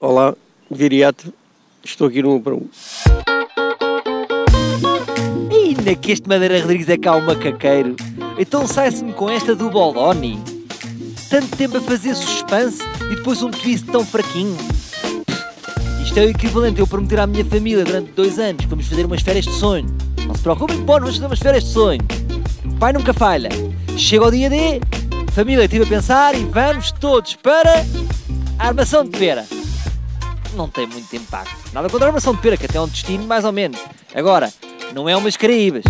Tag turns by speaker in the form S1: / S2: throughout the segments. S1: Olá, Viriato, estou aqui no 1 para 1.
S2: Ainda que este Madeira Rodrigues é cá um macaqueiro. Então sai-se-me com esta do Boloni. Tanto tempo a fazer suspense e depois um twist tão fraquinho. Pff, Isto é o equivalente a eu prometer à minha família durante dois anos que vamos fazer umas férias de sonho. Não se preocupem que bom, vamos fazer umas férias de sonho. O pai nunca falha. Chega ao dia D, família estive a pensar e vamos todos para a armação de pera não tem muito impacto. Nada contra a armação de pera, que até é um destino mais ou menos. Agora, não é umas Caraíbas.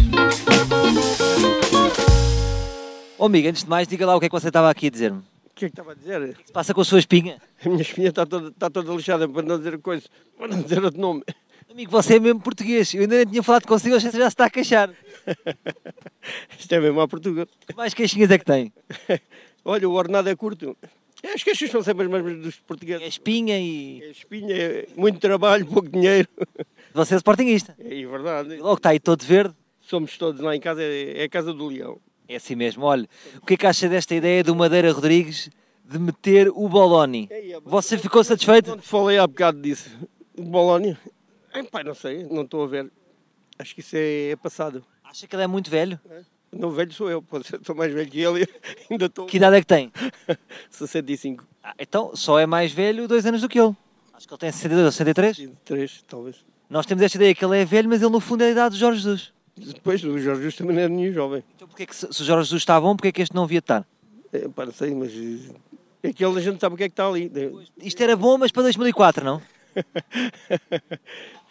S2: Ô amigo, antes de mais, diga lá o que é que você estava aqui a dizer-me. O
S1: O que é que estava a dizer?
S2: que se passa com a sua espinha?
S1: A minha espinha está toda, está toda lixada para não dizer coisa, para não dizer outro nome.
S2: Amigo, você é mesmo português. Eu ainda nem tinha falado consigo, você já se está a queixar.
S1: Isto é mesmo à Portugal.
S2: Que mais queixinhas é que tem?
S1: Olha, o ornado é curto. As queixas são sempre as mesmas dos
S2: É
S1: portugueses.
S2: espinha e...
S1: É espinha, é muito trabalho, pouco dinheiro.
S2: Você é sportinguista.
S1: É verdade.
S2: E logo está aí todo verde.
S1: Somos todos lá em casa, é é a casa do leão.
S2: É assim mesmo, olha. O que é que acha desta ideia do Madeira Rodrigues de meter o Boloni? Você ficou satisfeito?
S1: Não te falei há bocado disso. De Bolónia. Ai, pai, não sei, não estou a ver. Acho que isso é passado.
S2: Acha que ele é muito velho?
S1: Não velho sou eu, pode ser, sou mais velho que ele. Ainda estou.
S2: Que idade é que tem?
S1: 65,
S2: Ah, então, só é mais velho dois anos do que ele. Acho que ele tem 62 ou 63.
S1: 3, talvez.
S2: Nós temos esta ideia que ele é velho, mas ele no fundo é a idade do Jorge Jesus.
S1: Depois o Jorge Justo também não era nenhum jovem.
S2: Então, porque é que, se se o Jorge Jesus está bom, porque é que este não havia de estar?
S1: É, pá, não sei, mas. eh, Aquele a gente sabe o que é que está ali.
S2: Isto era bom, mas para 2004, não?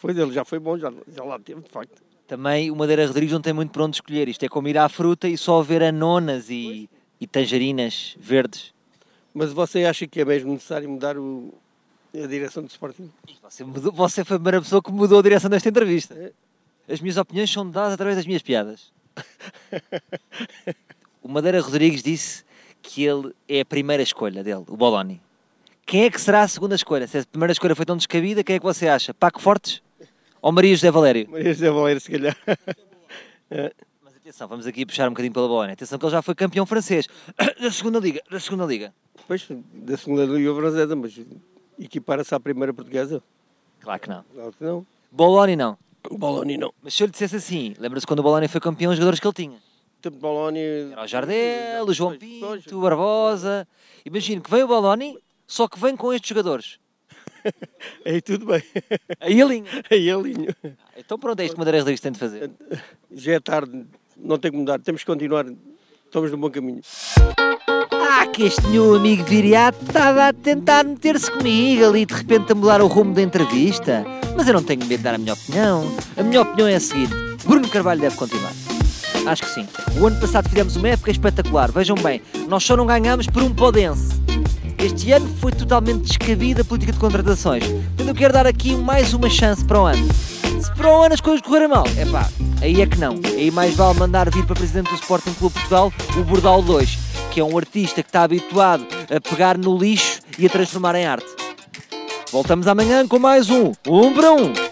S1: Pois ele já foi bom, já, já lá teve, de facto.
S2: Também o Madeira Rodrigues não tem muito para onde escolher. Isto é como ir à fruta e só ver anonas e, e tangerinas verdes.
S1: Mas você acha que é mesmo necessário mudar o- a direção do Sporting?
S2: Você, mudou- você foi a primeira pessoa que mudou a direção desta entrevista. As minhas opiniões são dadas através das minhas piadas. O Madeira Rodrigues disse que ele é a primeira escolha dele, o Boloni. Quem é que será a segunda escolha? Se a primeira escolha foi tão descabida, quem é que você acha? Paco Fortes ou Maria José Valério?
S1: Maria José Valério, se calhar. Eh,
S2: Mas atenção, vamos aqui puxar um bocadinho pela Boloni. Atenção que ele já foi campeão francês da segunda liga, da segunda liga.
S1: Pois, da segunda Liga Brasileira, mas equipara-se à primeira portuguesa?
S2: Claro que não.
S1: Claro que não.
S2: Boloni não.
S1: O Boloni não.
S2: Mas se eu lhe dissesse assim, lembra-se quando o Boloni foi campeão, os jogadores que ele tinha?
S1: Tempo de Boloni.
S2: Era o Jardel, o João
S1: Pois, pois.
S2: Pinto, o Barbosa. Imagino que vem o Baloni, só que vem com estes jogadores.
S1: Aí tudo bem.
S2: Aí a linha.
S1: Aí é alinho.
S2: Então pronto, é isto que o Madeira Rodrigues tem de fazer.
S1: Já é tarde, não tem que mudar, temos que continuar. Estamos no bom caminho.
S2: Ah, que este meu amigo viriato estava a tentar meter-se comigo ali de repente a mudar o rumo da entrevista. Mas eu não tenho medo de dar a minha opinião. A minha opinião é a seguinte: Bruno Carvalho deve continuar. Acho que sim. O ano passado fizemos uma época espetacular. Vejam bem, nós só não ganhámos por um podense. Este ano foi totalmente descabida a política de contratações. Portanto, eu quero dar aqui mais uma chance para o ano. Se para o ano as coisas correrem mal, é pá, aí é que não. Aí mais vale mandar vir para presidente do Sporting Clube de Portugal o Bordal 2, que é um artista que está habituado a pegar no lixo e a transformar em arte. Voltamos amanhã com mais um. Um para um.